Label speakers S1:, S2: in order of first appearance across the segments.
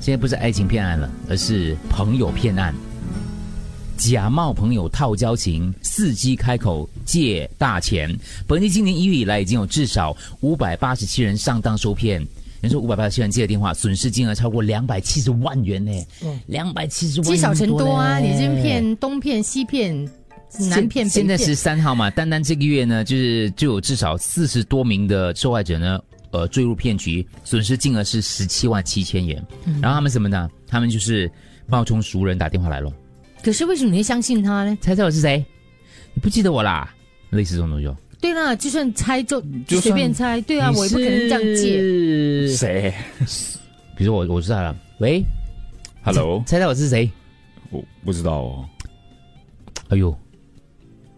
S1: 现在不是爱情骗案了，而是朋友骗案。假冒朋友套交情，伺机开口借大钱。本地今年一月以来，已经有至少五百八十七人上当受骗。人说五百八十七人接的电话，损失金额超过两百七十万元呢，两百七十万
S2: 积少成多啊！
S1: 呢
S2: 你这骗东骗西骗，南骗北
S1: 现
S2: 骗
S1: 在十三号嘛，单单这个月呢，就是就有至少四十多名的受害者呢，呃，坠入骗局，损失金额是十七万七千元。
S2: 嗯
S1: 然后他们什么呢？他们就是冒充熟人打电话来了，
S2: 可是为什么你会相信他呢？
S1: 猜猜我是谁？你不记得我啦？类似这种东西哦。
S2: 对啦，就算猜就
S1: 就算
S2: 随便猜，对啊，我也不可能这样借。
S1: 借。
S3: 谁
S1: 比如说我，我知道了，喂，
S3: ？Hello，
S1: 猜猜我是谁？
S3: 我不知道哦。
S1: 哎呦，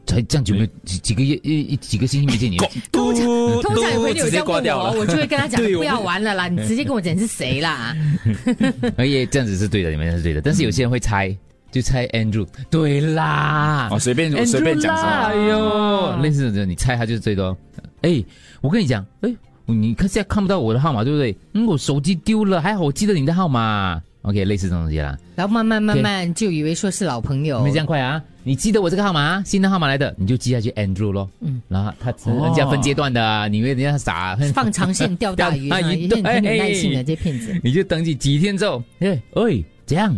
S1: 才这样久没有几几个月一一几个星期没见你，
S3: 通常
S2: 通常有朋友
S3: 直
S2: 这
S3: 接
S2: 样
S3: 挂
S2: 问
S3: 掉
S2: 我，
S3: 了。
S2: 我就会跟他 讲
S3: 对
S2: 不
S3: 我
S2: 要玩了啦，你直接跟我讲是谁 啦。
S1: 而且哎这样子是对的，你们这样是对的，但是有些人会猜，就猜 Andrew，对啦，
S3: 哦，随便
S1: Andrew
S3: 随便讲什哦
S1: 啦
S3: 么
S1: 哎呦，类似的，你猜他就是最多。哎，我跟你讲，哎，你看现在看不到我的号码，对不对？嗯，我手机丢了，还好我记得你的号码。OK，类似这种东西啦，
S2: 然后慢慢慢慢就以为说是老朋
S3: 哦
S2: 友
S1: 没，这样快啊！你记得我这个号码啊，新的号码来的，你就记下去 Andrew 咯。嗯，然后他
S3: 哦
S1: 人家分阶段的啊，你以为人家傻 啊？
S2: 放长线钓大鱼
S1: 钓
S2: 啊，
S1: 大
S2: 也
S1: 鱼
S2: 是很很
S3: 哎
S2: 有
S1: 对
S2: 耐性的这些骗子。
S1: 你就登记几天之后，哎，喂，怎样？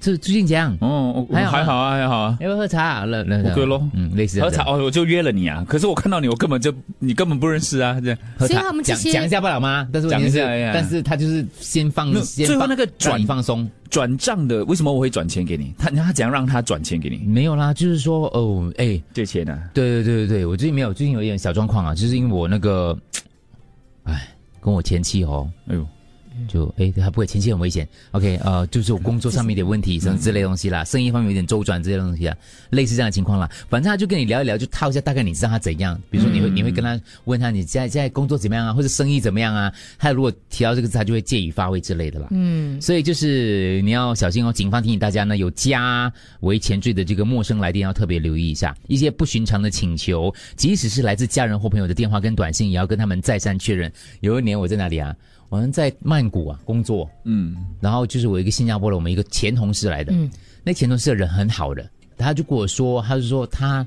S1: 这最近怎样？
S3: 哦，我
S1: 还好啊
S3: 还好啊，还好啊。
S1: 要不要喝茶啊？那那那
S3: OK 咯
S1: 嗯，类似这
S3: 喝
S1: 样子
S3: 茶哦，我就约了你啊。可是我看到你，我根本就你根本不认识啊。这样
S1: 喝茶
S2: 所以他们这
S1: 讲
S2: 些
S1: 讲一下不了吗？但是问题是
S3: 讲一下哎呀
S1: 但是他就是先放
S3: 没，有
S1: 先
S3: 最后
S1: 放
S3: 那个
S1: 让
S3: 转
S1: 你放松，
S3: 转账的，为什么我会转钱给你？他他怎样让他转钱给你？
S1: 没有啦，就是说哦，哎，
S3: 借钱呢？
S1: 对对对对对，我最近没有，最近有一点小状况啊，就是因为我那个，哎，跟我前妻哦，
S3: 哎呦，
S1: 就哎，他不会前期很危险。OK，呃，就是我工作上面一点问题，什么之类的东西啦，生意方面有点周转之类的东西啊，类似这样的情况啦。反正他就跟你聊一聊，就套一下大概你知道他怎样。比如说你会、你会跟他问他你现在现在工作怎么样啊，或者生意怎么样啊。他如果提到这个字，他就会借以发挥之类的啦。 嗯，所以就是你要小心哦。警方提醒大家呢，有加为前缀的这个陌生来电要特别留意一下，一些不寻常的请求，即使是来自家人或朋友的电话跟短信，也要跟他们再三确认。有一年我在哪里啊？我们在曼谷啊工作，
S3: 嗯，
S1: 然后就是我一个新加坡的，我们一个前同事来的，
S2: 嗯
S1: 那前同事的人很好的，他就跟我说，他就说他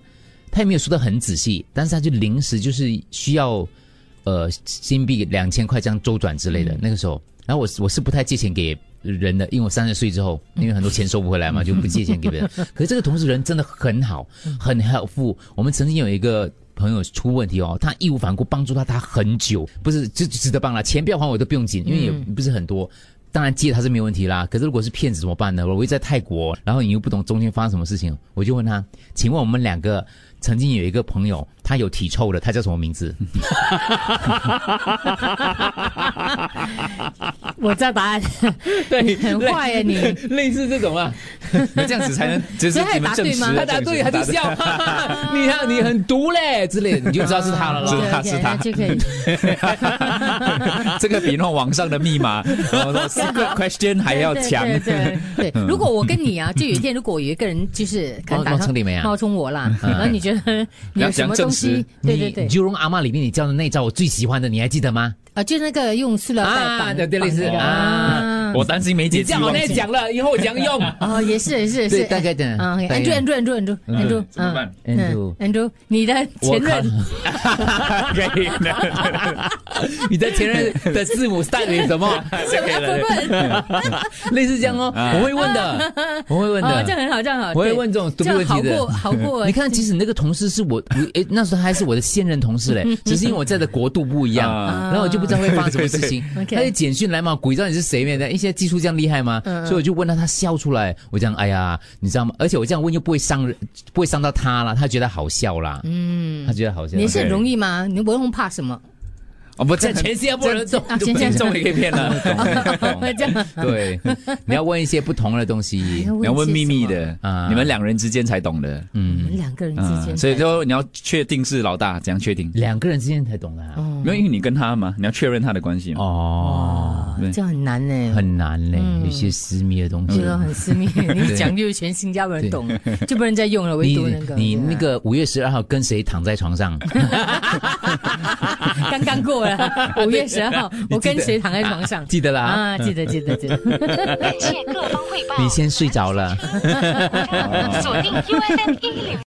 S1: 他也没有说的很仔细，但是他就临时就是需要呃新币两千块这样周转之类的、那个时候，然后我是我是不太借钱给人的，因为我三十岁之后，因为很多钱收不回来嘛，就不借钱给别人。可是这个同事人真的很好，很 helpful。我们曾经有一个。朋友出问题哦，他义无反顾帮助他，他很久，不是就值得帮了，钱不要还我都不用紧，因为也不是很多，当然借他是没问题啦，可是如果是骗子怎么办呢？我会在泰国，然后你又不懂中间发生什么事情，我就问他，请问我们两个曾经有一个朋友，他有体臭的，他叫什么名字？
S2: 我知道答案，
S1: 对，
S2: 很坏耶你，
S1: 类似这种啊，
S3: 那这样子才能，这是
S2: 所以他
S3: 你
S2: 也 答对吗
S3: 们证实啊，
S1: 他答对他就笑， 哈哈你看你很毒嘞之类的，你就知道是他了
S3: 是
S1: 咯。
S3: 他
S2: OK，OK，
S3: 是他
S2: 那就可以。
S3: 这个比那种网上的密 码 secret question 还要强。
S2: 对对对对，如果我跟你啊，就有一天，如果有一个人就是可能打
S1: 嗯冒充你们啊
S2: 冒充我啦，然后你觉得你有什么东
S3: 要
S2: 西
S3: 讲？
S2: 对对
S1: 你
S2: 对，
S1: 九龙阿妈里面你教的那一招我最喜欢的，你还记得吗？
S2: 啊，就那个用塑料袋
S1: 啊，
S2: 绑
S1: 对对，类似
S2: 绑那个
S1: 啊，
S3: 我担心梅姐
S1: 你
S3: 寄
S1: 这样我
S3: 忘
S1: 那
S3: 记
S1: 讲了，以后我讲用。
S2: 哦，也是也是也
S1: 对
S2: 是，
S1: 大概的
S2: 嗯
S1: 大概的
S2: ，Andrew Andrew Andrew Andrew
S3: 怎么办
S2: 嗯 Andrew，你的前 任
S3: 可以的，
S1: 你的前任的字母代表什么？
S2: 什么不 问？
S1: 类似这样哦，
S2: 嗯啊
S1: 我会问 的，我会问
S2: 哦，这样
S1: 的。
S2: 很好，这样很好，
S1: 我会
S2: 对
S1: 问这种
S2: 这
S1: 独立
S2: 样
S1: 问
S2: 好
S1: 题的
S2: 过好 过。
S1: 你看，即使那个同事是我，我诶，那时候他还是我的现任同事 嘞，只是因为我在的国度不一样，
S3: 啊
S1: 然后我就不知道会发生什么事情。
S2: 对对对
S1: 他就简讯来嘛，鬼知道你是谁没的，因为现在技术这样厉害吗？
S2: 嗯
S1: 所以我就问他，他笑出来，我这样，哎呀，你知道吗？而且我这样问又不会伤人，不会伤到他啦，他觉得好笑啦，嗯，他觉得好笑
S2: 你。是很
S3: OK
S2: 容易吗？你文红怕什么？
S3: 我们
S1: 在
S3: 在前
S1: 全新加坡人 中
S2: 啊，先
S3: 这
S2: 这
S3: 样
S2: 样
S3: 终于可以骗了。
S1: 哦
S2: 这样
S1: 对， 你要问一些不同的东
S2: 哎
S1: 西。
S3: 你要问秘密，的
S1: 啊，
S3: 你们两人之间才懂的。啊
S2: 我
S1: 嗯
S2: 们嗯两个人之间，
S3: 所以说你要确定是老大，怎样确定？
S1: 两个人之间才懂的啊、
S3: 没有，因为你跟他嘛，你要确认他的关系嘛。
S1: 哦，
S2: 哦这样很难呢，
S1: 很难嘞，有些私密的东西
S2: 嗯这。个很私 密，你讲就全新加坡人懂，就不能再用了，唯
S1: 你
S2: 独那个啊
S1: 你
S2: 对啊
S1: 那个五月十二号跟谁躺在床上？
S2: 刚刚过了五月十 号，我跟谁躺在床 上？
S1: 记得啦。
S2: 啊，记得记得记得。嗯
S4: 感谢各方汇报。
S1: 你先睡着了。
S4: 锁定 U S N 一零。